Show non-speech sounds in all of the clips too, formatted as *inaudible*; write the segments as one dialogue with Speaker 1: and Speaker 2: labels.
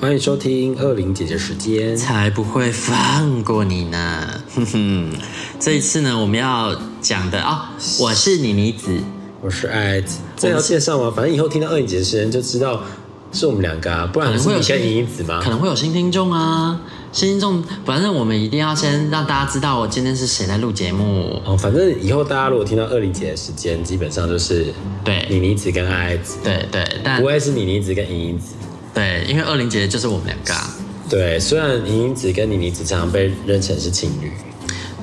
Speaker 1: 欢迎收听二零姐姐时间。
Speaker 2: 才不会放过你呢！ *laughs* 哼哼，这一次呢，我们要讲的啊、我是妮妮子，
Speaker 1: 我是艾子，这要介绍吗？反正以后听到二影姐的时间就知道是我们两个啊，不
Speaker 2: 可
Speaker 1: 然
Speaker 2: 能
Speaker 1: 是
Speaker 2: 会有
Speaker 1: 你跟
Speaker 2: 新
Speaker 1: 莹莹子吗
Speaker 2: 可？能会有新听众啊，新听众，反正我们一定要先让大家知道我今天是谁在录节目。
Speaker 1: 哦，反正以后大家如果听到二零姐的时间，基本上就是妮
Speaker 2: 对
Speaker 1: 妮子跟艾子，
Speaker 2: 对对，但
Speaker 1: 不会是妮妮子跟莹莹子。
Speaker 2: 对，因为二玲姐就是我们两个、啊，
Speaker 1: 对，虽然莹莹子跟妮妮子常常被认成是情侣，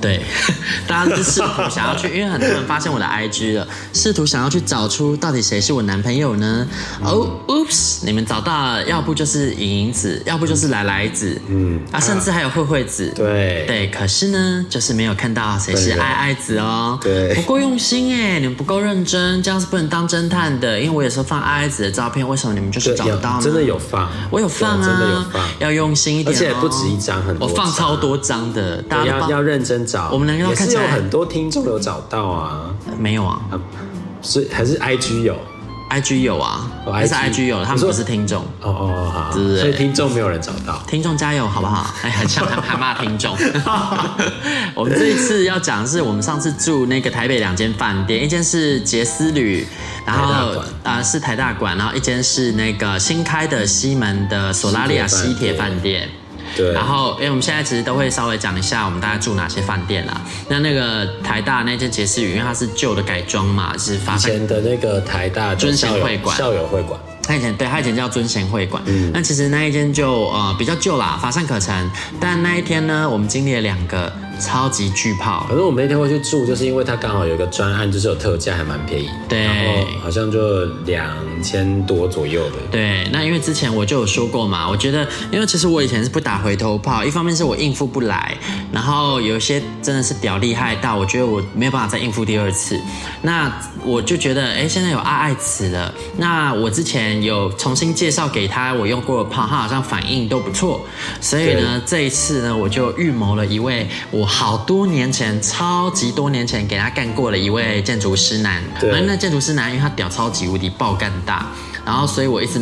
Speaker 2: 对， *laughs* 大家是试图想要去，因为很多人发现我的 IG 了，试图想要去找出到底谁是我男朋友呢？哦、o o p s 你们找到了，要不就是莹莹子，要不就是来来子，
Speaker 1: 嗯
Speaker 2: 嗯，啊，甚至还有慧慧子，
Speaker 1: 对
Speaker 2: 对，可是呢，就是没有看到谁
Speaker 1: 本
Speaker 2: 是
Speaker 1: 人
Speaker 2: 爱爱子哦，
Speaker 1: 对
Speaker 2: 不够用心哎，你们不够认真，这样是不能当侦探的，因为我有时候放爱爱子的照片，为什么你们就是
Speaker 1: 对
Speaker 2: 找不到呢？
Speaker 1: 有真的有，放，
Speaker 2: 我有放啊，
Speaker 1: 对真的有放，
Speaker 2: 要用心一点、哦，
Speaker 1: 而且不止一张很多
Speaker 2: 我放
Speaker 1: 张啊
Speaker 2: 超多张的，大
Speaker 1: 对
Speaker 2: 家都
Speaker 1: 要
Speaker 2: 帮
Speaker 1: 要认真找。
Speaker 2: 我们两个都
Speaker 1: 也
Speaker 2: 看
Speaker 1: 是
Speaker 2: 起
Speaker 1: 有
Speaker 2: 来
Speaker 1: 很多听众有找到啊，
Speaker 2: 没有啊。
Speaker 1: 啊，所以还是 IG 有。
Speaker 2: IG 有啊，
Speaker 1: 哦
Speaker 2: 但是
Speaker 1: IG
Speaker 2: IG 有，他
Speaker 1: 你
Speaker 2: 们
Speaker 1: 说
Speaker 2: 不是听众。
Speaker 1: 哦哦哦，好，
Speaker 2: 对不对
Speaker 1: 所以听众没有人找到。
Speaker 2: 听众加油，好不好？哎，很像还还骂听众。 *laughs* 我们这一次要讲的是，我们上次住那个台北两间饭店，一间是杰斯旅，然
Speaker 1: 台大
Speaker 2: 后
Speaker 1: 馆
Speaker 2: 啊、呃是台大馆，然后一间是那个新开的西门的索拉利亚
Speaker 1: 西
Speaker 2: 西
Speaker 1: 铁
Speaker 2: 铁
Speaker 1: 饭
Speaker 2: 饭店。
Speaker 1: 对，
Speaker 2: 然后，因为我们现在其实都会稍微讲一下我们大概住哪些饭店啦。那那个台大那间杰斯旅，因为它是旧的改装嘛，是发
Speaker 1: 以
Speaker 2: 生
Speaker 1: 前的那个台大的
Speaker 2: 尊贤
Speaker 1: 校友
Speaker 2: 会馆
Speaker 1: 校友会馆，
Speaker 2: 他以前对他以前叫尊贤会馆，那其实那一间就呃比较旧啦，乏善可陈。但那一天呢，我们经历了两个超级巨炮
Speaker 1: 反，正我们那天会去住，就是因为它刚好有一个专案，就是有特价，还蛮便宜。
Speaker 2: 对
Speaker 1: 然后好像就两千多左右的。
Speaker 2: 对，那因为之前我就有说过嘛，我觉得，因为其实我以前是不打回头炮，一方面是我应付不来，然后有一些真的是屌厉害到，我觉得我没有办法再应付第二次。那我就觉得，哎，现在有爱爱词了，那我之前有重新介绍给他我用过的炮，他好像反应都不错，所以呢，这一次呢，我就预谋了一位我好多年前、超级多年前给他干过的一位建筑师男，
Speaker 1: 对
Speaker 2: 那那建筑师男，因为他屌超级无敌爆干大，然后所以我一直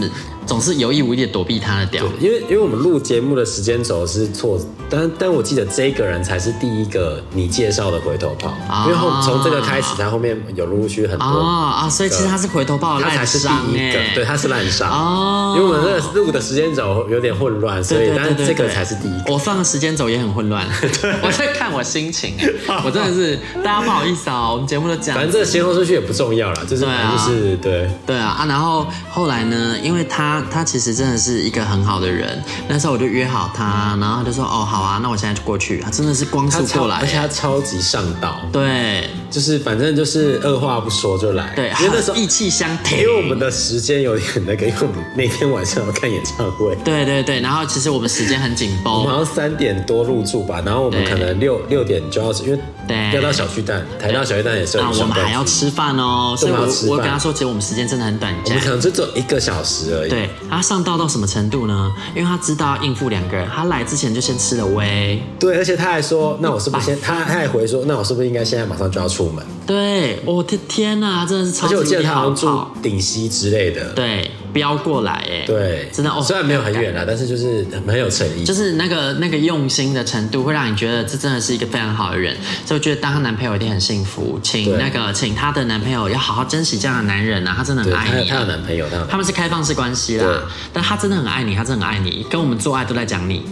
Speaker 2: 总是有意无意的躲避他的屌。
Speaker 1: 因为因为我们录节目的时间轴是错，但但我记得这个人才是第一个你介绍的回头炮，
Speaker 2: 啊
Speaker 1: 因为后从这个开始，他后面有陆续很多，
Speaker 2: 啊啊！所以其实他是回头爆
Speaker 1: 他才
Speaker 2: 烂
Speaker 1: 是第
Speaker 2: 伤
Speaker 1: 一个
Speaker 2: 哎，，
Speaker 1: 对，他是烂伤。
Speaker 2: 哦
Speaker 1: 因为我们这个录的时间轴有点混乱，所以但是这个才是第一个。
Speaker 2: 我放的时间轴也很混乱， *laughs* 我在看我心情
Speaker 1: *laughs*
Speaker 2: 哎，我真的是大家不好意思啊，我们节目都讲
Speaker 1: 反正这个先后顺序也不重要啦，就是
Speaker 2: 对
Speaker 1: 反
Speaker 2: 啊
Speaker 1: 正就是对。
Speaker 2: 对啊啊，然后后来呢，因为他他其实真的是一个很好的人，那时候我就约好他，然后他就说哦好啊，那我现在就过去，他真的是光
Speaker 1: 他
Speaker 2: 速
Speaker 1: 超，
Speaker 2: 过来
Speaker 1: 而，且他超级上道，
Speaker 2: 对
Speaker 1: 就是反正就是二话不说就来。
Speaker 2: 对，
Speaker 1: 因为那时候，
Speaker 2: 意
Speaker 1: 因
Speaker 2: 气相挺，
Speaker 1: 为我们的时间有点那个，因为我们那天晚上要看演唱会，
Speaker 2: 对对对，然后其实我们时间很紧
Speaker 1: 我们
Speaker 2: 绷，
Speaker 1: 好像三点多入住吧，然后我们
Speaker 2: 对
Speaker 1: 可能六六点就要，因为
Speaker 2: 对
Speaker 1: 要到小巨蛋，台到小巨蛋也是有
Speaker 2: 那我
Speaker 1: 双
Speaker 2: 们
Speaker 1: 倍
Speaker 2: 还要吃饭哦，所
Speaker 1: 对
Speaker 2: 以
Speaker 1: 我
Speaker 2: 我
Speaker 1: 们要吃饭
Speaker 2: 我跟他说，其实我们时间真的很短
Speaker 1: 我
Speaker 2: 暂
Speaker 1: 们可。能就只有一个小时而已。
Speaker 2: 对他上道到什么程度呢？因为他知道要应付两个人，他来之前就先吃了威，
Speaker 1: 对，而且他还说，那我是不是先？他他还回说，那我是不是应该现在马上就要出门？
Speaker 2: 对，我、的天呐，他真的是超
Speaker 1: 而
Speaker 2: 级
Speaker 1: 且我记得他好像
Speaker 2: 好
Speaker 1: 住顶溪之类的。
Speaker 2: 对，飙过来哎，
Speaker 1: 对，
Speaker 2: 真的哦，
Speaker 1: 虽然没有很远啦，但是就是很有诚意。
Speaker 2: 就是那个那个用心的程度，会让你觉得这真的是一个非常好的人，所以我觉得当她男朋友一定很幸福。请
Speaker 1: 对
Speaker 2: 那个请她的男朋友要好好珍惜这样的男人啊，他真的很
Speaker 1: 对，
Speaker 2: 爱
Speaker 1: 她有
Speaker 2: 你、
Speaker 1: 她有
Speaker 2: 啊。
Speaker 1: 男朋友，她有男朋
Speaker 2: 他
Speaker 1: 友
Speaker 2: 们是开放式关系
Speaker 1: 对 *laughs*
Speaker 2: 啦，但他真的很爱你，他真的很爱你，跟我们做爱都在讲你。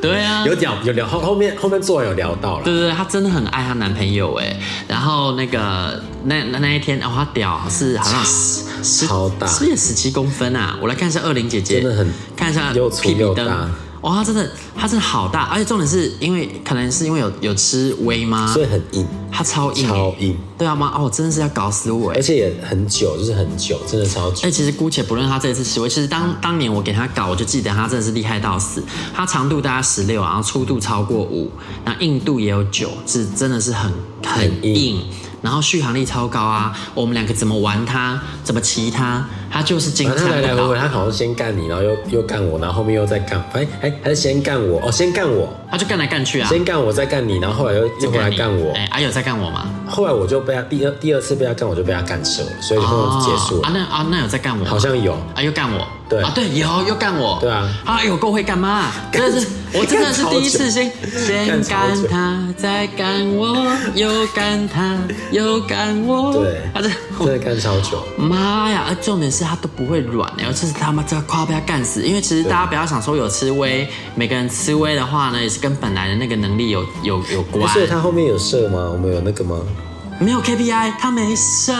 Speaker 2: 对啊，
Speaker 1: 有聊有聊后后面后面做完有聊到了，
Speaker 2: 对对对，她真的很爱她男朋友哎。然后那个那那那一天，哦，她屌是好像十十
Speaker 1: 超大
Speaker 2: 是不是也十七公分啊？我来看一下二玲姐姐，
Speaker 1: 真的很
Speaker 2: 看一下
Speaker 1: 又粗
Speaker 2: 屁屁
Speaker 1: 又
Speaker 2: 灯
Speaker 1: 大。
Speaker 2: 哇、她真的，她真的好大，而且重点是因为可能是因为有有吃微吗？
Speaker 1: 所以很硬，
Speaker 2: 她超硬、欸，
Speaker 1: 超硬，
Speaker 2: 对啊妈，哦，真的是要搞死我哎
Speaker 1: 而！且也很久，就是很久，真的超久
Speaker 2: 哎、。其实姑且不论他这一次吃味，其实
Speaker 1: 嗯
Speaker 2: 当当年我给他搞，我就记得他真的是厉害到死。他长度大概十六，然后粗度超过五，然后硬度也有九，是真的是很很
Speaker 1: 很硬
Speaker 2: 硬，然后续航力超高啊！我们两个怎么玩它，怎么骑它，它就是经
Speaker 1: 反
Speaker 2: 常
Speaker 1: 正他啊来来回
Speaker 2: 不
Speaker 1: 回，
Speaker 2: 倒。
Speaker 1: 他好像先干你，然后又又干我，然后后面又再干，哎哎，还是先干我哦，先干我，
Speaker 2: 他就干来干去啊，
Speaker 1: 先干我，再干你，然后后来又又回来干我
Speaker 2: 哎、，啊有在干我吗？
Speaker 1: 后来我就被他第二第二次被他干，我就被他干射了，所以后结束
Speaker 2: 哦啊
Speaker 1: 了，
Speaker 2: 那啊那有在干我吗？
Speaker 1: 好像有。
Speaker 2: 啊，又干我，
Speaker 1: 对
Speaker 2: 啊，对，有又干我，
Speaker 1: 对啊
Speaker 2: 啊，有够会干妈、真的是，我真的是第一次先先
Speaker 1: 干超久
Speaker 2: 干他，再干我，又干他，又干我，
Speaker 1: 对
Speaker 2: 啊这。
Speaker 1: 真的干超久，
Speaker 2: 妈呀！啊重点是他都不会软、欸，而且是他妈这快要被他干死。因为其实大家不要想说有吃微，每个人吃微的话呢，也是跟本来的那个能力有有有关。
Speaker 1: 哎所以他后面有射吗？我们有那个吗？
Speaker 2: 没有 KPI，他没射。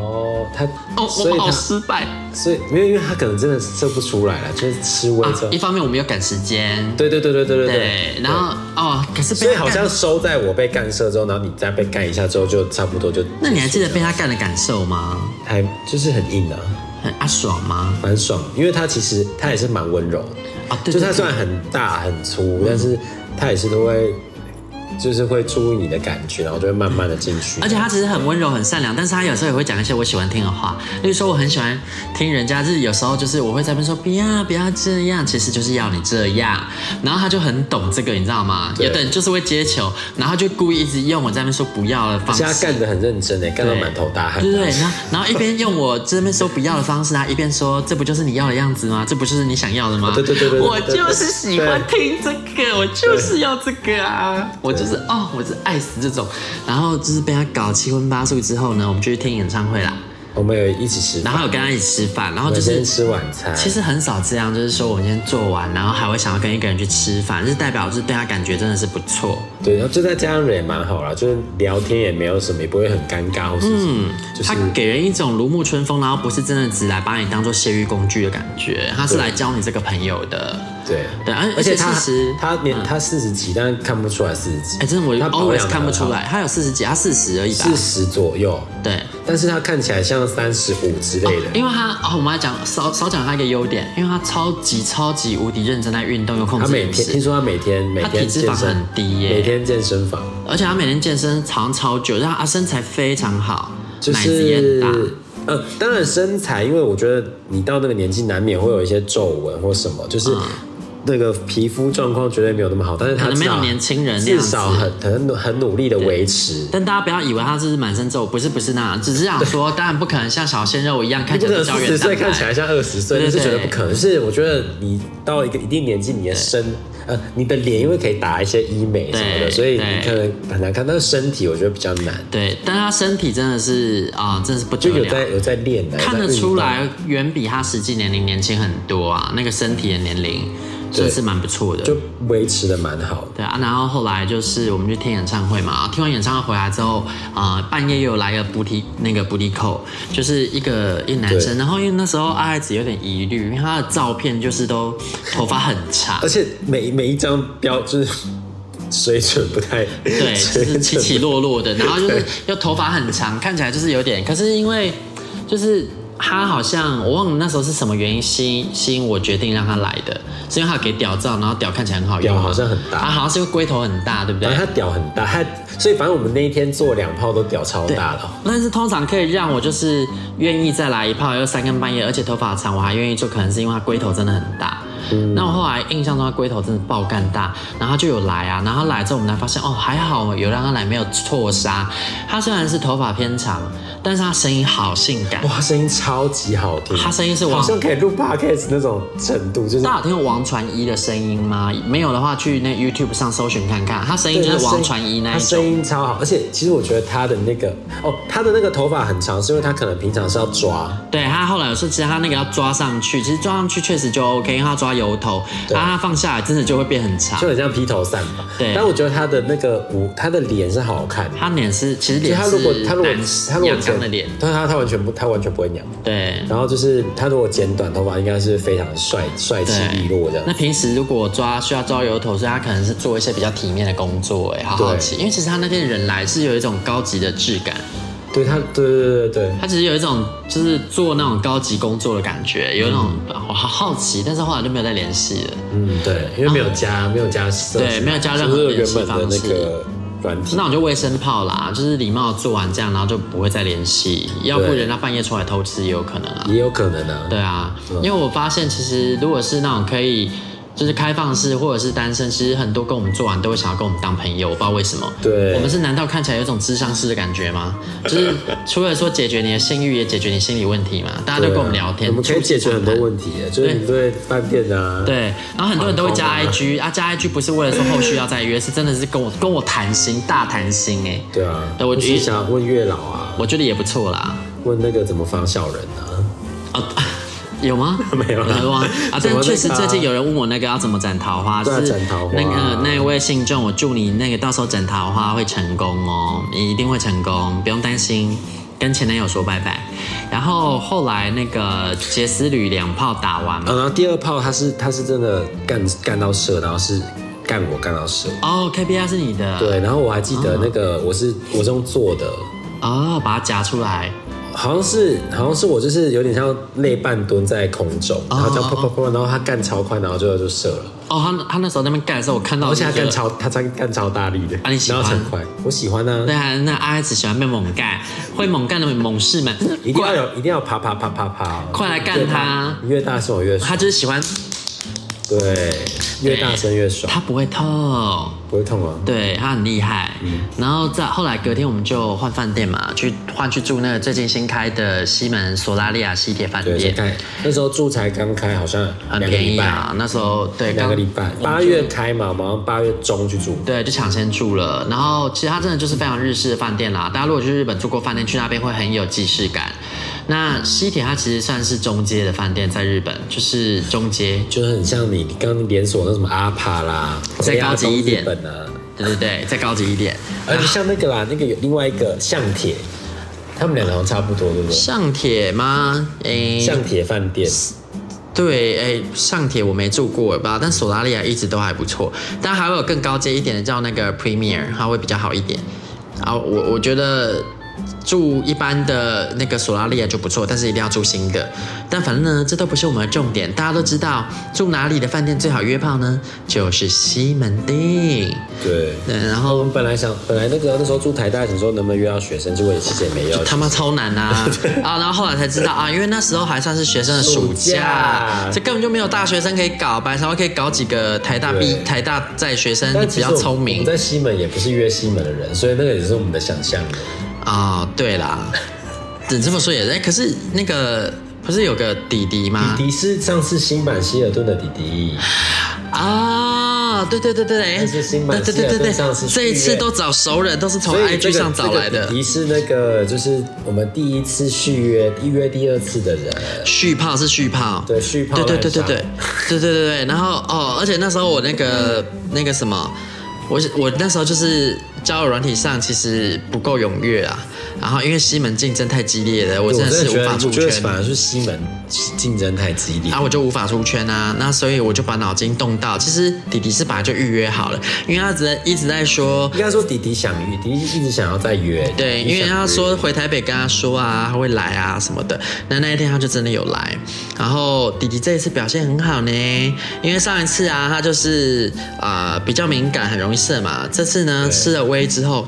Speaker 1: 哦，他
Speaker 2: 哦，我
Speaker 1: 所以
Speaker 2: 们好
Speaker 1: 他
Speaker 2: 失败啊！
Speaker 1: 所以没有，因为他可能真的射不出来了，就是啊吃味之后
Speaker 2: 啊一，方面我们有赶时间，
Speaker 1: 对对对对对对
Speaker 2: 对，然后哦，可是被
Speaker 1: 所以
Speaker 2: 他
Speaker 1: 好
Speaker 2: 干
Speaker 1: 像收在我被干射之后，然后你再被干一下之后，就差不多就。
Speaker 2: 那你还记得被他干的感受吗？
Speaker 1: 还就是很硬啊，
Speaker 2: 很啊爽吗？
Speaker 1: 蛮爽，因为他其实他也是蛮温柔的，
Speaker 2: 啊，对
Speaker 1: 就是
Speaker 2: 对
Speaker 1: 他
Speaker 2: 对
Speaker 1: 虽然很大很粗，但是他也是都会，就是会注意你的感觉，然后就会慢慢的进去。
Speaker 2: 而且他其实很温柔、很善良，但是他有时候也会讲一些我喜欢听的话，例如说我很喜欢听人家，就是有时候就是我会在那边说不要不要这样，其实就是要你这样，然后他就很懂这个，你知道吗？
Speaker 1: 对
Speaker 2: 有的人就是会接球，然后就故意一直用我在那边说不要的
Speaker 1: 而
Speaker 2: 方
Speaker 1: 且
Speaker 2: 式
Speaker 1: 他。干得很认真欸诶，干到
Speaker 2: 对
Speaker 1: 满头大汗。
Speaker 2: 对对对，然后然后一边用我这边说不要的方式，然后一边说这不就是你要的样子吗？这不就是你想要的吗？
Speaker 1: 对对对对对
Speaker 2: 我就是喜欢听这个，我就是要这个啊，我就是哦，我是爱死这种。然后就是被他搞七荤八素之后呢，我们就去听演唱会啦，
Speaker 1: 我们有一起吃，
Speaker 2: 然后有跟他一起吃饭，然后
Speaker 1: 我
Speaker 2: 就
Speaker 1: 们
Speaker 2: 是
Speaker 1: 先吃晚餐。
Speaker 2: 其实很少这样，就是说我们先做完，然后还会想要跟一个人去吃饭，就是代表就是对他感觉真的是不错。
Speaker 1: 对，然后就在家人也蛮好啦，就是聊天也没有什么，也不会很尴尬或是什么，就是
Speaker 2: 嗯他给人一种如沐春风，然后不是真的只来把你当做泄欲工具的感觉，他是来交你这个朋友的。
Speaker 1: 对。
Speaker 2: 对，而
Speaker 1: 而且
Speaker 2: 其
Speaker 1: 他
Speaker 2: 实嗯
Speaker 1: 他年他四十几，但看不出来四十几。
Speaker 2: 哎、真的我
Speaker 1: 他保
Speaker 2: always
Speaker 1: 养
Speaker 2: 看不出来，他有四十几，他四十而已吧
Speaker 1: 四。十左右，
Speaker 2: 对，
Speaker 1: 但是他看起来像三十五之类的。
Speaker 2: 因为他哦，我们来讲少少讲他一个优点，因为他超级超级无敌认真在运动，又控
Speaker 1: 他
Speaker 2: 制
Speaker 1: 每
Speaker 2: 饮
Speaker 1: 天听
Speaker 2: 食，
Speaker 1: 说他每天每
Speaker 2: 他体
Speaker 1: 天
Speaker 2: 脂
Speaker 1: 健
Speaker 2: 肪
Speaker 1: 身
Speaker 2: 很低耶
Speaker 1: 每天健身房
Speaker 2: 而且他每天健身长超久，但他身材非常好，
Speaker 1: 就
Speaker 2: 奶子也很
Speaker 1: 是
Speaker 2: 大。
Speaker 1: 呃，当然身材，因为我觉得你到那个年纪难免会有一些皱纹或什么，就是那个皮肤状况绝对没有那么好，但是他
Speaker 2: 嗯可能没有
Speaker 1: 至少
Speaker 2: 年轻人那样
Speaker 1: 至
Speaker 2: 子
Speaker 1: 少很很努很努力的维持。
Speaker 2: 但大家不要以为他这是满身皱，不是不是那样，只是想说，当然不可能像小鲜肉一样看
Speaker 1: 你
Speaker 2: 起
Speaker 1: 不
Speaker 2: 来
Speaker 1: 可能
Speaker 2: 比较
Speaker 1: 四
Speaker 2: 原
Speaker 1: 十岁
Speaker 2: 蛋
Speaker 1: 看起来
Speaker 2: 白。
Speaker 1: 像二十岁，
Speaker 2: 对
Speaker 1: 那
Speaker 2: 对
Speaker 1: 是绝对
Speaker 2: 对
Speaker 1: 不可能。就是我觉得你到一个一定年纪，你的身呃，你的脸因为可以打一些医美什么
Speaker 2: 对
Speaker 1: 的，所以
Speaker 2: 对
Speaker 1: 你可能很难看。但是身体我觉得比较难，
Speaker 2: 对，但他身体真的是啊、真的是不得
Speaker 1: 就有
Speaker 2: 了。
Speaker 1: 在有在练啊，有在
Speaker 2: 看得
Speaker 1: 运
Speaker 2: 出
Speaker 1: 动
Speaker 2: 来，远比他实际年龄年轻很多啊，那个身体的年龄真的是蛮不错的。
Speaker 1: 就维持的蛮好的。
Speaker 2: 对啊，然后后来就是我们去听演唱会嘛，听完演唱会回来之后，啊、半夜又来个补体那个补体扣，就是一个一个男生，
Speaker 1: 对
Speaker 2: 然后因为那时候阿爱子有点疑虑，因为他的照片就是都头发很
Speaker 1: *laughs*
Speaker 2: 长
Speaker 1: 而，且每每一张标 *laughs* 就是水准不太 *laughs*
Speaker 2: 对，就
Speaker 1: 水
Speaker 2: 是
Speaker 1: 准
Speaker 2: 起起落落的，然后就是又头发很长，看起来就是有点，可是因为就是他好像我忘了那时候是什么原因吸引吸引我决定让他来的，是因为他有给屌照，然后屌看起来很好用
Speaker 1: 屌
Speaker 2: 嘛，
Speaker 1: 好像很大
Speaker 2: 啊，好像是因为龟头很大，对不对
Speaker 1: 反？正他屌很大，他所以反正我们那一天做两炮都屌超大了。
Speaker 2: 但是通常可以让我就是愿意再来一炮，又三更半夜，而且头发长，我还愿意做，可能是因为他龟头真的很大。
Speaker 1: 嗯
Speaker 2: 那我后来印象中他龟头真的爆干大，然后他就有来啊，然后他来之后我们才发现哦，还好有让他来没有错杀。他虽然是头发偏长，但是他声音好性感，
Speaker 1: 哇，声音超级好听，
Speaker 2: 他声音是王
Speaker 1: 好像可以录 podcast 那种程度，就是
Speaker 2: 大家有听过王传一的声音吗？没有的话，去那 YouTube 上搜寻看看，他声音
Speaker 1: 对
Speaker 2: 就是
Speaker 1: 他
Speaker 2: 王
Speaker 1: 声
Speaker 2: 传一那
Speaker 1: 他
Speaker 2: 一
Speaker 1: 声
Speaker 2: 种。
Speaker 1: 音超好，而且其实我觉得他的那个哦，他的那个头发很长，是因为他可能平常是要抓，
Speaker 2: 对他后来有说，其实他那个要抓上去，其实抓上去确实就 OK，因为他抓油头，
Speaker 1: 对
Speaker 2: 啊，它放下来真的就会变很长
Speaker 1: 就。很像披头散发。
Speaker 2: 对
Speaker 1: 但我觉得他的那个舞，他的脸是好看的。
Speaker 2: 他脸是，其实
Speaker 1: 就
Speaker 2: 脸
Speaker 1: 他
Speaker 2: 是
Speaker 1: 如果他如果
Speaker 2: 男
Speaker 1: 他如果
Speaker 2: 阳刚的脸，
Speaker 1: 但他他完全不他完全不会娘。
Speaker 2: 对
Speaker 1: 然后就是他如果剪短头发，应该是非常帅帅气利落这
Speaker 2: 对。
Speaker 1: 样
Speaker 2: 那。平时如果抓需要抓油头，所以他可能是做一些比较体面的工作，哎，好好
Speaker 1: 对
Speaker 2: 奇，因为其实他那天人来是有一种高级的质感，
Speaker 1: 对他，对对对对对，
Speaker 2: 他只是有一种就是做那种高级工作的感觉，有一种、我好好奇，但是后来就没有再联系了。
Speaker 1: 嗯对，因为没有加没有加色，
Speaker 2: 对没有加任
Speaker 1: 就
Speaker 2: 何
Speaker 1: 是
Speaker 2: 联
Speaker 1: 原
Speaker 2: 系
Speaker 1: 本的
Speaker 2: 方式
Speaker 1: 那个软体
Speaker 2: 那。我就卫生泡啦，就是礼貌做完这样，然后就不会再联系，要不
Speaker 1: 对
Speaker 2: 人家半夜出来偷吃也有可能啊。
Speaker 1: 也有可能啊，
Speaker 2: 对啊，因为我发现其实如果是那种可以就是开放式或者是单身，其实很多跟我们做完都会想要跟我们当朋友，我不知道为什么。
Speaker 1: 对
Speaker 2: 我们是难道看起来有一种智商师的感觉吗？就是 *laughs* 除了说解决你的性欲，也解决你心理问题嘛，大家都
Speaker 1: 对啊
Speaker 2: 跟我们聊天，
Speaker 1: 我们可以解决很多问题耶，就是你对饭店啊，
Speaker 2: 对，然后很多人都会加
Speaker 1: 蛮好的
Speaker 2: IG 啊，加 IG 不是为了说后续要再约，是真的是跟我跟我谈心，大谈心哎、
Speaker 1: 对啊，
Speaker 2: 对我
Speaker 1: 或
Speaker 2: 觉
Speaker 1: 是
Speaker 2: 得
Speaker 1: 想要问月老啊，
Speaker 2: 我觉得也不错啦。
Speaker 1: 问那个怎么防小人啊，
Speaker 2: 啊， *laughs* 有吗？
Speaker 1: *laughs* 没有啦
Speaker 2: 有吗？啊，
Speaker 1: 怎么那个啊
Speaker 2: 但确实最近有人问我那个要怎么斩桃花，
Speaker 1: 对啊
Speaker 2: 就是
Speaker 1: 斩桃花
Speaker 2: 那个那一位信众，我祝你那个到时候斩桃花会成功哦，你一定会成功，不用担心。跟前男友说拜拜，然后后来那个杰斯旅两炮打完嘛
Speaker 1: 啊，，然后第二炮他是他是真的干干到射，然后是干我干到射，
Speaker 2: 哦，KPI 是你的，
Speaker 1: 呃对，，然后我还记
Speaker 2: 啊
Speaker 1: 得那个我是我是用做的，
Speaker 2: 哦，把它夹出来，
Speaker 1: 好像是好像是我就是有点像内半蹲在空中，然后这样啪啪啪，然后他干超快，然后最后就射了，
Speaker 2: 哦，他他那时候在那边干的时候，我看到
Speaker 1: 而且他
Speaker 2: 那个
Speaker 1: 干超他干干超大力的，
Speaker 2: 哦啊你喜
Speaker 1: 然
Speaker 2: 欢
Speaker 1: 后超快，我喜欢啊
Speaker 2: 对，啊，那阿紫喜欢被猛干，会猛干的猛士们，
Speaker 1: 一定要有一定要啪啪啪啪啪，
Speaker 2: 快来干他
Speaker 1: 越大越大声我越
Speaker 2: 他
Speaker 1: 爽，
Speaker 2: 就是喜欢，
Speaker 1: 对，越大声越爽，
Speaker 2: 他不会痛。
Speaker 1: 不会痛啊，
Speaker 2: 对他很厉害，
Speaker 1: 嗯
Speaker 2: 然后再后来隔天我们就换饭店嘛，去换去住那个最近新开的西门索拉利亚西铁饭
Speaker 1: 对，就
Speaker 2: 店，
Speaker 1: 看那时候住才刚开，好像两
Speaker 2: 很
Speaker 1: 个
Speaker 2: 便
Speaker 1: 礼
Speaker 2: 宜
Speaker 1: 拜。
Speaker 2: 啊。那时候对
Speaker 1: 两个礼拜，八月开嘛，我们好像八月中去住。
Speaker 2: 对，就抢先住了。然后其实它真的就是非常日式的饭店啦。大家如果去日本住过饭店，去那边会很有既视感。那西铁它其实算是中阶的饭店，在日本就是中阶，
Speaker 1: 就是很像你刚连锁那什么阿帕啦，
Speaker 2: 再高级一点
Speaker 1: 日本啊，
Speaker 2: 对对对，再高级一点。
Speaker 1: 而且像那个啦，那个有另外一个象铁，他们两个好像差不多，对不对？
Speaker 2: 上铁吗？诶、
Speaker 1: 象铁饭店，
Speaker 2: 对，哎、上铁我没住过吧，但索拉利亚一直都还不错，但还会有更高阶一点的叫那个 Premier，它会比较好一点。啊，我我觉得住一般的那个索拉利亚就不错，但是一定要住新的。但反正呢，这都不是我们的重点，大家都知道住哪里的饭店最好约炮呢？就是西门町。
Speaker 1: 对。
Speaker 2: 对，然
Speaker 1: 我
Speaker 2: 后
Speaker 1: 们本来想，本来那个那时候住台大，想说能不能约到学生，结果也其实也没有。
Speaker 2: 他妈超难
Speaker 1: *laughs*
Speaker 2: 啊！啊，然后后来才知道啊，因为那时候还算是学生的暑
Speaker 1: 暑
Speaker 2: 假
Speaker 1: 假，
Speaker 2: 这根本就没有大学生可以搞，白沙湾可以搞几个台大毕
Speaker 1: 对
Speaker 2: 台大在学生
Speaker 1: 但
Speaker 2: 比
Speaker 1: 其实
Speaker 2: 较
Speaker 1: 我们
Speaker 2: 聪
Speaker 1: 我
Speaker 2: 明
Speaker 1: 们在西门也不是约西门的人，所以那个也是我们的想象的。
Speaker 2: 啊、
Speaker 1: *laughs*
Speaker 2: 对啦，你这么说也对，可是那个不是有个弟弟吗？
Speaker 1: 迪迪是上次新版希尔顿的迪迪，
Speaker 2: 啊，对对对对对，
Speaker 1: 那是新版
Speaker 2: 对对
Speaker 1: 希
Speaker 2: 对
Speaker 1: 尔
Speaker 2: 对
Speaker 1: 顿上
Speaker 2: 对
Speaker 1: 是，
Speaker 2: 这一次
Speaker 1: 续约
Speaker 2: 都找熟人，都是从
Speaker 1: 所以
Speaker 2: IG 上找来
Speaker 1: 这个
Speaker 2: 的
Speaker 1: 弟。弟是那个，就是我们第一次续约、预约第二次的人，
Speaker 2: 续泡是续泡，
Speaker 1: 对续泡
Speaker 2: 对对对对
Speaker 1: 滥杀
Speaker 2: 对对对对对。然后哦，而且那时候我那个那个什么，我我那时候就是交友软体上其实不够踊跃啊。然后因为西门竞争太激烈了，我真的是
Speaker 1: 觉
Speaker 2: 无
Speaker 1: 得
Speaker 2: 法出
Speaker 1: 我觉得
Speaker 2: 圈。
Speaker 1: 反而是西门竞争太激烈
Speaker 2: 然。后我就无法出圈啊，那所以我就把脑筋动到，其实弟弟是本来就预约好了，因为他只一直在说
Speaker 1: 应该说，迪迪想约，迪迪一直想要再约。
Speaker 2: 对，
Speaker 1: 迪迪
Speaker 2: 因
Speaker 1: 想约
Speaker 2: 为他说回台北跟他说啊，他会来啊什么的。那那一天他就真的有来，然后弟弟这一次表现很好呢，因为上一次啊他就是啊、呃比较敏感，很容易射嘛。这次呢
Speaker 1: 对
Speaker 2: 吃了威之后，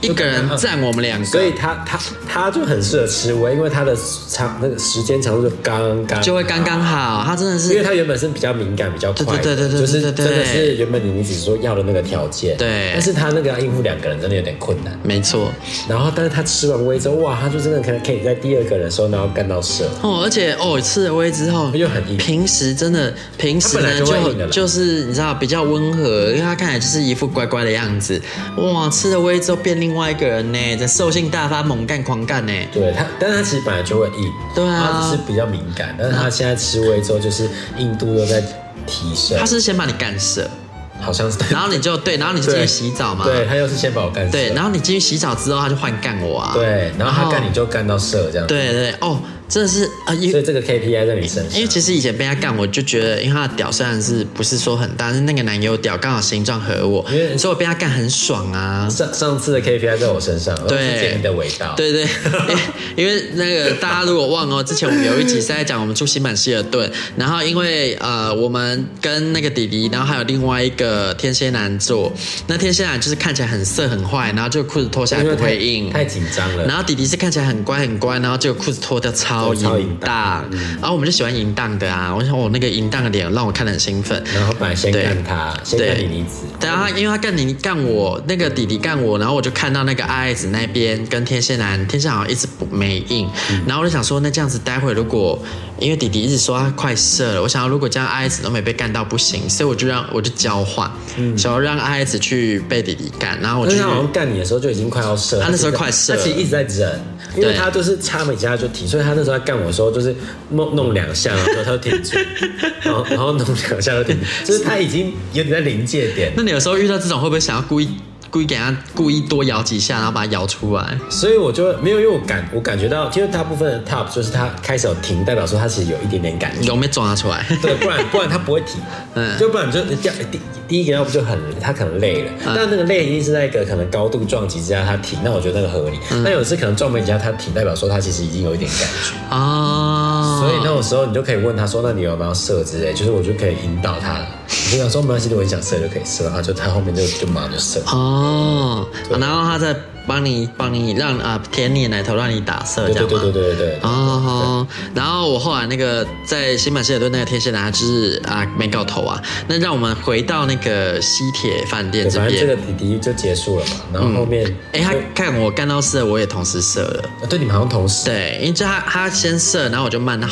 Speaker 2: 一个人占我们两个，
Speaker 1: 所以他他他就很适合吃微，因为他的长那个时间长度就刚刚
Speaker 2: 就会刚刚。好。他真的
Speaker 1: 因为
Speaker 2: 是
Speaker 1: 他原本是比较敏感、比较快的，
Speaker 2: 对对对对对
Speaker 1: 就是
Speaker 2: 对
Speaker 1: 真
Speaker 2: 对
Speaker 1: 的
Speaker 2: 对
Speaker 1: 是原本你只是说要的那个条件，
Speaker 2: 对
Speaker 1: 但是他那个要应付两个人真的有点困难。
Speaker 2: 没错。
Speaker 1: 然后，但是他吃完威之后，哇，他就真的可以可以在第二个人的时候，然后干到射。
Speaker 2: 哦，而且哦，吃了威之后
Speaker 1: 又很硬
Speaker 2: 平时真的，平时
Speaker 1: 嗯它本
Speaker 2: 呢
Speaker 1: 来就会硬的
Speaker 2: 就
Speaker 1: 啦
Speaker 2: 就是你知道比较温和，因为他看起来就是一副乖乖的样子。哇，吃了威之后变另外一个人呢，在兽性大发，猛干狂干呢。
Speaker 1: 对他，但是他其实本来就会硬，
Speaker 2: 对啊
Speaker 1: 他只是比较敏感，但是他现在吃微之后，就是硬度又在提升
Speaker 2: 他，是先把你干涩，
Speaker 1: *laughs* 好像是，
Speaker 2: 然后你就对，然后你就进去
Speaker 1: 对
Speaker 2: 洗澡嘛，
Speaker 1: 对他又是先把我干死，
Speaker 2: 对然后你进去洗澡之后，他就换干我啊，
Speaker 1: 对，然后他干你就干到射这样，，
Speaker 2: 对对对哦，真的是啊，因
Speaker 1: 所以这个 KPI 在你身上，
Speaker 2: 因为其实以前被他干，我就觉得，因为他的屌虽然是不是说很大，但是那个男友屌刚好形状合我，
Speaker 1: 因为
Speaker 2: 所以我被他干很爽啊。
Speaker 1: 上上次的 KPI 在我身上，
Speaker 2: 对
Speaker 1: 我是你的味道，，
Speaker 2: 对 *laughs* 对，因为因为那个大家如果忘了哦，之前我们有一集是在讲我们住新版希尔顿，然后因为呃我们跟那个弟弟，然后还有另外一个天蝎男做，那天蝎男就是看起来很色很坏，然后就裤子脱下来
Speaker 1: 因为
Speaker 2: 不
Speaker 1: 太
Speaker 2: 会硬，
Speaker 1: 太紧张了，
Speaker 2: 然后弟弟是看起来很乖很乖，然后结果裤子脱掉超
Speaker 1: 超
Speaker 2: 淫
Speaker 1: 淫
Speaker 2: 荡
Speaker 1: 荡，嗯
Speaker 2: 然后我们就喜欢淫荡的啊。我想我那个淫荡的脸让我看得很兴奋。
Speaker 1: 然后本来先
Speaker 2: 对
Speaker 1: 干他，先干你妮子，
Speaker 2: 对啊，因为他干你干我，那个弟弟干我，然后我就看到那个阿爱子那边跟天蝎男，天蝎好像一直不没应，
Speaker 1: 嗯
Speaker 2: 然后我就想说，那这样子待会如果因为弟弟一直说他快射了，我想要如果这样阿爱子都没被干到不行，所以我就让我就交换，
Speaker 1: 嗯
Speaker 2: 想要让阿爱子去被弟弟干，然后我
Speaker 1: 但
Speaker 2: 就是
Speaker 1: 他好像干你的时候就已经快要射了，
Speaker 2: 他那时候快射
Speaker 1: 他其实一直在忍，因为
Speaker 2: 对
Speaker 1: 他就是插门一下就停，所以他那时候在干我的时候就是弄弄两下，然后他就停住， *laughs* 然后然后弄两下就停，就是他已经有点在临界点，
Speaker 2: 那你有时候遇到这种，会不会想要故意故意给他故意多咬几下，然后把它咬出来？
Speaker 1: 所以我就没有，因为我感我感觉到，因为大部分的 top 就是他开始有停，代表说他其实有一点点感觉。
Speaker 2: 有没有抓出
Speaker 1: *laughs*
Speaker 2: 来？
Speaker 1: 对，不
Speaker 2: *laughs*
Speaker 1: 然不然他不会停，
Speaker 2: 嗯
Speaker 1: 就不然就第第第一个要不就很他可能累了，
Speaker 2: 嗯
Speaker 1: 但那个累一定是在一个可能高度撞击之下他停，那我觉得那个合理。
Speaker 2: 嗯
Speaker 1: 那有时可能撞门之下他停，代表说他其实已经有一点感觉，
Speaker 2: 哦，
Speaker 1: 所以那种时候你就可以问他说，那你有没有射之类，就是我就可以引导他，你就想说没关系，我很想射就可以射，然后就他后面就就马上就射。
Speaker 2: 哦，然后他再帮你帮你让啊、舔你的奶头，让你打色，
Speaker 1: 对
Speaker 2: 这样
Speaker 1: 对
Speaker 2: 吗？
Speaker 1: 对对对对对。
Speaker 2: 哦，然后我后来那个在新版希尔顿那个天蝎男，他就是啊没搞头啊。那让我们回到那个西铁饭店
Speaker 1: 对
Speaker 2: 这
Speaker 1: 反正这个
Speaker 2: 边。
Speaker 1: 弟弟就结束了嘛，然后后面
Speaker 2: 哎、他
Speaker 1: 就
Speaker 2: 看我干到射，我也同时射了。
Speaker 1: 啊对，你们好像同时。
Speaker 2: 对，因为就他他先射，然后我就慢他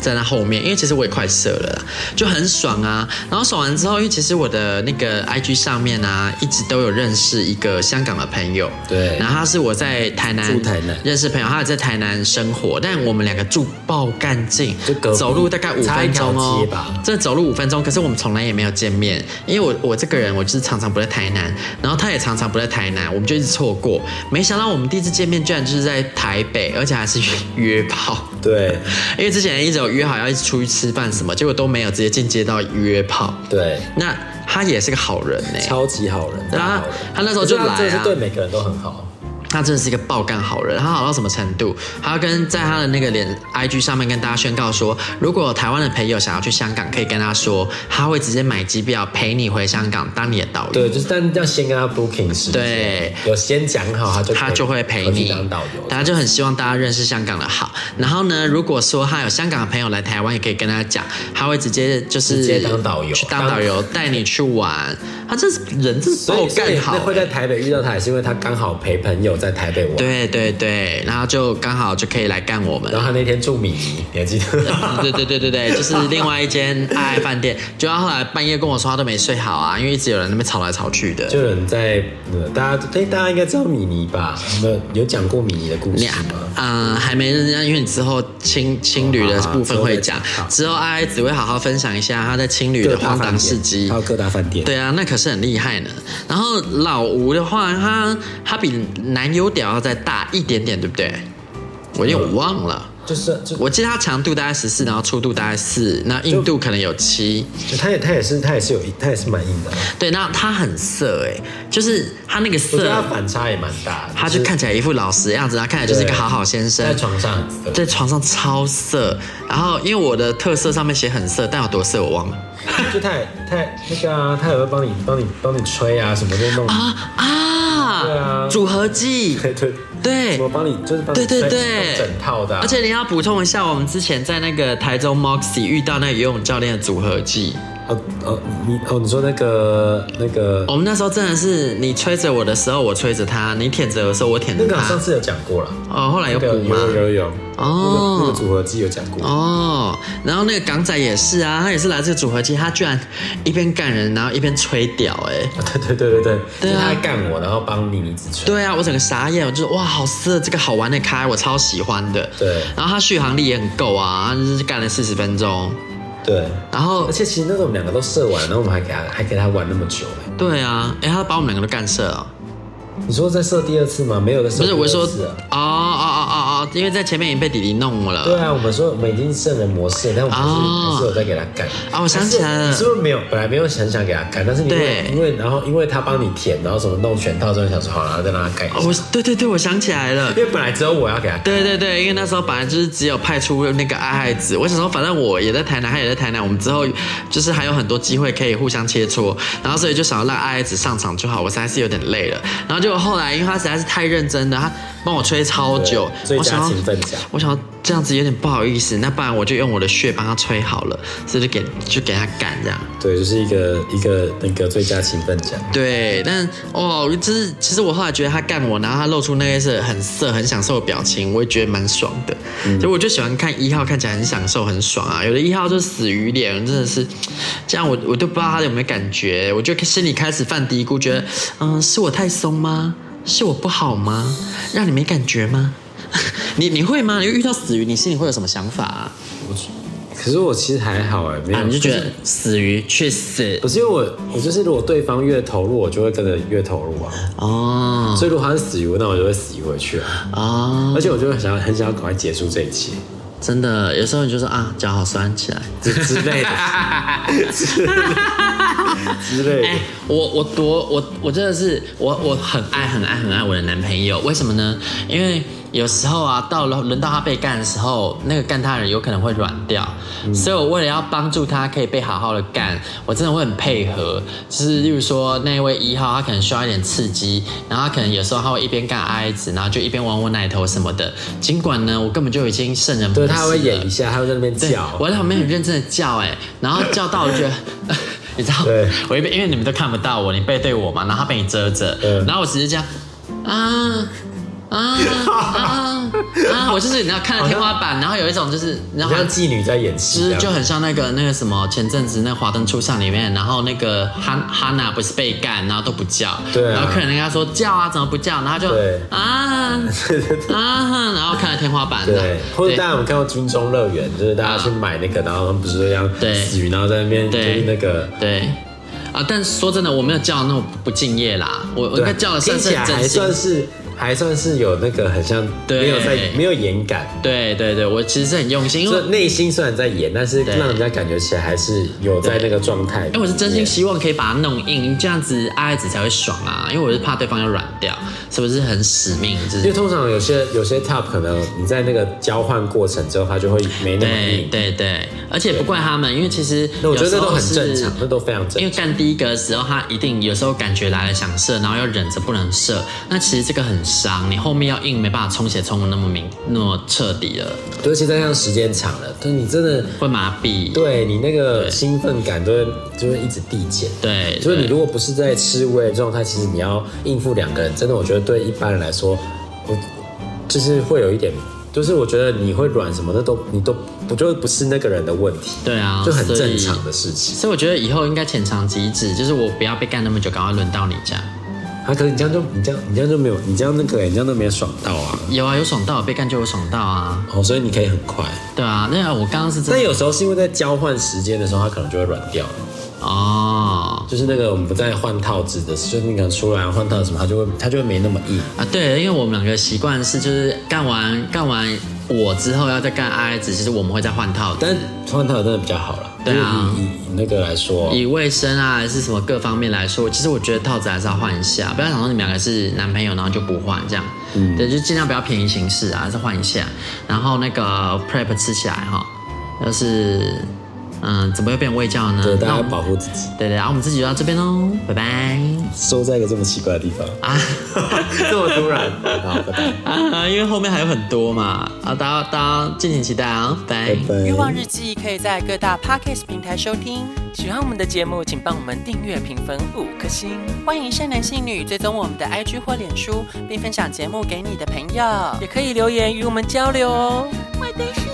Speaker 2: 在那后面，因为其实我也快射了啦，就很爽啊。然后爽完之后，因为其实我的那个 IG 上面啊，一直都有认识一个香港的朋友，
Speaker 1: 对
Speaker 2: 然后他是我在台南
Speaker 1: 住台南
Speaker 2: 认识朋友，他也在台南生活，但我们两个住爆干净，
Speaker 1: 就隔壁
Speaker 2: 走路大概五
Speaker 1: 差一
Speaker 2: 分
Speaker 1: 条
Speaker 2: 钟哦
Speaker 1: 街吧，
Speaker 2: 这走路五分钟，可是我们从来也没有见面，因为我我这个人我就是常常不在台南，然后他也常常不在台南，我们就一直错过。没想到我们第一次见面居然就是在台北，而且还是约约炮，
Speaker 1: 对
Speaker 2: *laughs* 因为之前一直有约好要一起出去吃饭什么，结果都没有，直接进阶到约炮。
Speaker 1: 对，
Speaker 2: 那他也是个好人欸呢、
Speaker 1: 超级好人，
Speaker 2: 对啊
Speaker 1: 大好人
Speaker 2: 他那时候就
Speaker 1: 我觉得他
Speaker 2: 来啊
Speaker 1: 真的是对每个人都很好。
Speaker 2: 他真的是一个爆干好人，他好到什么程度？他跟在他的那个脸 IG 上面跟大家宣告说，如果有台湾的朋友想要去香港，可以跟他说，他会直接买机票陪你回香港当你的导游。
Speaker 1: 对，就是但要先跟他 booking 时间，
Speaker 2: 对
Speaker 1: 有先讲好，他就
Speaker 2: 他就会陪
Speaker 1: 回去
Speaker 2: 你
Speaker 1: 当导游。
Speaker 2: 他就很希望大家认识香港的好。然后呢，如果说他有香港的朋友来台湾，也可以跟他讲，他会直接就是
Speaker 1: 直接当导游
Speaker 2: 去当导游带你去玩。他这是人这是
Speaker 1: 所
Speaker 2: 爆
Speaker 1: 以所以
Speaker 2: 哦干
Speaker 1: 那
Speaker 2: 好、欸
Speaker 1: 会在台北遇到他，也是因为他刚好陪朋友在台北玩。
Speaker 2: 对对对，然后就刚好就可以来干我们。
Speaker 1: 然后他那天住米妮，你还记
Speaker 2: *laughs*
Speaker 1: 得？
Speaker 2: 对对对对对，就是另外一间爱爱饭店，就他后来半夜跟我说他都没睡好啊，因为一直有人在那边吵来吵去的。
Speaker 1: 就有人在，呃大家对大家应该知道米妮吧？有没有有讲过米妮的故
Speaker 2: 你
Speaker 1: 事
Speaker 2: 啊
Speaker 1: 吗？
Speaker 2: 呃还没认真，因为你之后青青旅的部分会讲
Speaker 1: 好好好，
Speaker 2: 之后阿爱只会好好分享一下他在青旅
Speaker 1: 各
Speaker 2: 的
Speaker 1: 大
Speaker 2: 荒
Speaker 1: 饭
Speaker 2: 唐
Speaker 1: 店
Speaker 2: 事迹
Speaker 1: 还。有各大饭店。
Speaker 2: 对啊，那可是很厉害呢。然后老吴的话，他他比男友屌要再大一点点，对不对？我有点忘了，
Speaker 1: 就是就
Speaker 2: 我记得他长度大概十四，然后粗度大概四，那硬度可能有七。
Speaker 1: 就他也他也是他也是有他也是蛮硬的，
Speaker 2: 对，那他很色哎、就是他那个
Speaker 1: 我觉得
Speaker 2: 色
Speaker 1: 他，反差也蛮大的。
Speaker 2: 他就看起来一副老实的样子，他看起来就是一个
Speaker 1: 对
Speaker 2: 好好先生，
Speaker 1: 在床上，
Speaker 2: 在床上超色。然后因为我的特色上面写很色，但有多色我忘了
Speaker 1: 呃就他也他也那个啊，他也会帮你帮你帮你吹啊，什么就弄，
Speaker 2: 啊啊！
Speaker 1: 对啊
Speaker 2: 组
Speaker 1: *laughs*
Speaker 2: 合技，
Speaker 1: 对对
Speaker 2: 对
Speaker 1: 我帮你就是帮你
Speaker 2: 对对
Speaker 1: 吹
Speaker 2: 对，
Speaker 1: 整套的啊，
Speaker 2: 而且你要补充一下，我们之前在那个台中 Moxie 遇到那个游泳教练的组合技，
Speaker 1: 哦哦你哦你说那个那个
Speaker 2: 我们那时候真的是你吹着我的时候，我吹着他；你舔着我的时候，我舔着
Speaker 1: 那
Speaker 2: 他。
Speaker 1: 个好像上次有讲过了，
Speaker 2: 哦，啊后来有
Speaker 1: 那
Speaker 2: 补
Speaker 1: 个
Speaker 2: 吗？
Speaker 1: 有有有
Speaker 2: 哦
Speaker 1: 那个那个组合技有讲过，
Speaker 2: 哦，然后那个港仔也是啊，他也是来这个组合机，他居然一边干人，然后一边吹屌、哎，
Speaker 1: 对对对对对，就
Speaker 2: 对啊
Speaker 1: 是他还干我，然后帮妮妮子吹，
Speaker 2: 对啊，我整个傻眼，我就哇，好色，这个好玩的开，我超喜欢的。
Speaker 1: 对
Speaker 2: 然后他续航力也很够啊，他就是干了四十分钟，
Speaker 1: 对。
Speaker 2: 然后
Speaker 1: 而且其实那时候我们两个都射完，然后我们还给他还给他玩那么久哎、
Speaker 2: 对啊，哎、他把我们两个都干射了。
Speaker 1: 你说再射第二次吗？没有再射
Speaker 2: 不
Speaker 1: 第
Speaker 2: 是，我
Speaker 1: 二
Speaker 2: 是说，
Speaker 1: 次
Speaker 2: 哦
Speaker 1: 啊。
Speaker 2: 哦哦哦哦，因为在前面已经被弟弟弄了。
Speaker 1: 对啊，我们说我们已经圣人模式了，但我们还是、
Speaker 2: 哦
Speaker 1: 还是有在给他干。
Speaker 2: 啊我想起来了
Speaker 1: 但是你是不是没有？本来没有很想给他干，但是因为
Speaker 2: 对
Speaker 1: 因为然后因为他帮你填，然后什么弄全套之后，你想说好了，然后再让他干一下。
Speaker 2: 哦，我对对对，我想起来了。
Speaker 1: 因为本来只有我要给他干，
Speaker 2: 对对对，因为那时候本来就是只有派出那个爱爱子，我想说反正我也在台南，他也在台南，我们之后就是还有很多机会可以互相切磋，然后所以就想要让爱爱子上场就好，我实在是有点累了。然后结果后来因为他实在是太认真了，他帮我吹超久，
Speaker 1: 最
Speaker 2: 我想
Speaker 1: 佳
Speaker 2: 要
Speaker 1: 勤奋奖。
Speaker 2: 我想要这样子有点不好意思，那不然我就用我的血帮他吹好了，所以就给就给他干这样。
Speaker 1: 对，就是一个一个那个最佳勤奋奖。
Speaker 2: 对，但哦，就是其实我后来觉得他干我，然后他露出那个是很色、很享受的表情，我也觉得蛮爽的。
Speaker 1: 嗯
Speaker 2: 所以我就喜欢看一号看起来很享受、很爽啊。有的一号就死鱼脸，真的是这样我，我都不知道他有没有感觉，我就心里开始犯嘀咕，觉得嗯，是我太松吗？是我不好吗？让你没感觉吗？ *laughs* 你你会吗？你遇到死鱼，你心里会有什么想法啊？
Speaker 1: 可是我其实还好哎、没有、
Speaker 2: 啊，你就觉
Speaker 1: 是
Speaker 2: 得死鱼去死
Speaker 1: 不是因为我我就是如果对方越投入，我就会跟着越投入啊。
Speaker 2: 哦
Speaker 1: 所以如果他是死鱼，那我就会死鱼回去啊。
Speaker 2: 哦
Speaker 1: 而且我就会想要很想要赶快结束这一期
Speaker 2: 真的，有时候你就说啊，脚好酸起来。
Speaker 1: 之之类的之类的。
Speaker 2: *laughs* 哎、我我多我我真的是我我很爱很爱很爱我的男朋友，为什么呢？因为有时候啊，到了轮到他被干的时候，那个干他的人有可能会软掉，
Speaker 1: 嗯
Speaker 2: 所以我为了要帮助他可以被好好的干，我真的会很配合。就是例如说那一位一号，他可能需要一点刺激，然后他可能有时候他会一边干 I 子，然后就一边玩我奶头什么的。尽管呢，我根本就已经圣人模式
Speaker 1: 对
Speaker 2: 了，
Speaker 1: 他还会演一下，他会在那边
Speaker 2: 啊对
Speaker 1: 叫，
Speaker 2: 我在旁边很认真的叫哎、然后叫到我就
Speaker 1: *laughs*
Speaker 2: 觉得，呃你知道
Speaker 1: 对，
Speaker 2: 我一边因为你们都看不到我，你背对我嘛，然后他被你遮着
Speaker 1: 嗯，
Speaker 2: 然后我只是这样啊。啊
Speaker 1: *laughs*
Speaker 2: 啊啊！我就是你知道看着天花板，然后有一种就是，然
Speaker 1: 你
Speaker 2: 后
Speaker 1: 像妓女在演戏
Speaker 2: 其
Speaker 1: 这
Speaker 2: 实
Speaker 1: 样，
Speaker 2: 就很像那个那个什么，前阵子那《华灯初上》里面，然后那个哈哈娜不是被干，然后都不叫，
Speaker 1: 对啊
Speaker 2: 然后客人跟他说叫啊，怎么不叫？然后他就
Speaker 1: 对
Speaker 2: 啊啊，然后看着天花板，
Speaker 1: 对，或者
Speaker 2: 对
Speaker 1: 大家有没有看过《军中乐园》，就是大家去买那个，然后他们不是这样
Speaker 2: 对
Speaker 1: 死鱼，然后在那边就
Speaker 2: 对
Speaker 1: 是那个，
Speaker 2: 对啊，但说真的，我没有叫那种不敬业啦，我我应该叫的算
Speaker 1: 听
Speaker 2: 是
Speaker 1: 起来
Speaker 2: 很
Speaker 1: 还
Speaker 2: 真心。
Speaker 1: 算是还算是有那个很像，
Speaker 2: 对
Speaker 1: 没有在没有演感，
Speaker 2: 对对对，我其实是很用心，因为
Speaker 1: 就内心虽然在演，但是
Speaker 2: 对
Speaker 1: 让人家感觉起来还是有在那个状态。
Speaker 2: 因为我是真心希望可以把它弄硬，这样子爱子才会爽啊。因为我是怕对方要软掉，是不是很使命？就
Speaker 1: 因为
Speaker 2: 是
Speaker 1: 通常有些有些 top 可能你在那个交换过程之后，它就会没那么
Speaker 2: 对
Speaker 1: 硬。
Speaker 2: 对对，而且不怪他们，因为其实
Speaker 1: 那我觉得
Speaker 2: 有时
Speaker 1: 那
Speaker 2: 候
Speaker 1: 都很
Speaker 2: 是
Speaker 1: 正常，那都非常正
Speaker 2: 因为
Speaker 1: 常。
Speaker 2: 干第一个的时候，他一定有时候感觉来了想射，然后又忍着不能射，那其实这个很伤，你后面要硬没办法充血充的那么明那么彻底了，
Speaker 1: 尤其再像时间长了，对你真的
Speaker 2: 会麻痹。
Speaker 1: 对你那个
Speaker 2: 对
Speaker 1: 兴奋感都会就会一直递减。
Speaker 2: 对，
Speaker 1: 所以你
Speaker 2: 对
Speaker 1: 如果不是在吃味的状态，其实你要应付两个人，真的，我觉得对一般人来说，我就是会有一点，就是我觉得你会软什么的都你都，我觉得不是那个人的问题，
Speaker 2: 对啊，
Speaker 1: 就很
Speaker 2: 所以
Speaker 1: 正常的事情。
Speaker 2: 所以我觉得以后应该浅尝即止，就是我不要被干那么久，赶快轮到你这样。
Speaker 1: 啊，可是你这样就你这样你这样就没有，你这样那个你这样都没有爽到啊。
Speaker 2: 有啊，有爽到，被干就有爽到啊，
Speaker 1: 哦，所以你可以很快，
Speaker 2: 对啊。那个我刚刚是真
Speaker 1: 但
Speaker 2: 的
Speaker 1: 有时候是因为在交换时间的时候，它可能就会软掉了。
Speaker 2: 哦
Speaker 1: 就是那个我们不再换套子的，就是那个出来换套什么，它就会它就会没那么硬。
Speaker 2: 啊，对，因为我们两个习惯是就是干完干完我之后要再干 I 子，其实我们会再换套的。
Speaker 1: 但换套真的比较好了，
Speaker 2: 对啊
Speaker 1: 就是以以以那个来说，
Speaker 2: 以卫生啊，还是什么各方面来说，其实我觉得套子还是要换一下，不要想说你们两个是男朋友，然后就不换这样。嗯，对，就尽量不要便宜行事啊，还是换一下。然后那个 prep 吃起来哈，就是嗯，怎么会变胃教呢？
Speaker 1: 对大
Speaker 2: 那
Speaker 1: 家
Speaker 2: 我
Speaker 1: 要
Speaker 2: 们
Speaker 1: 保护自己，
Speaker 2: 对对，然后我们自己就到这边喽，
Speaker 1: *laughs*
Speaker 2: 拜拜
Speaker 1: 收在一个这么奇怪的地方，
Speaker 2: 啊
Speaker 1: 这么突然， *laughs* 好，拜拜，
Speaker 2: 啊！ *laughs* 因为后面还有很多嘛，啊，大家大家敬请期待啊，
Speaker 1: 拜拜。
Speaker 3: 欲望日记可以在各大 podcast 平台收听。喜欢我们的节目，请帮我们订阅、评分五颗星。欢迎善男信女追踪我们的 IG 或脸书，并分享节目给你的朋友，也可以留言与我们交流哦。
Speaker 4: 我的手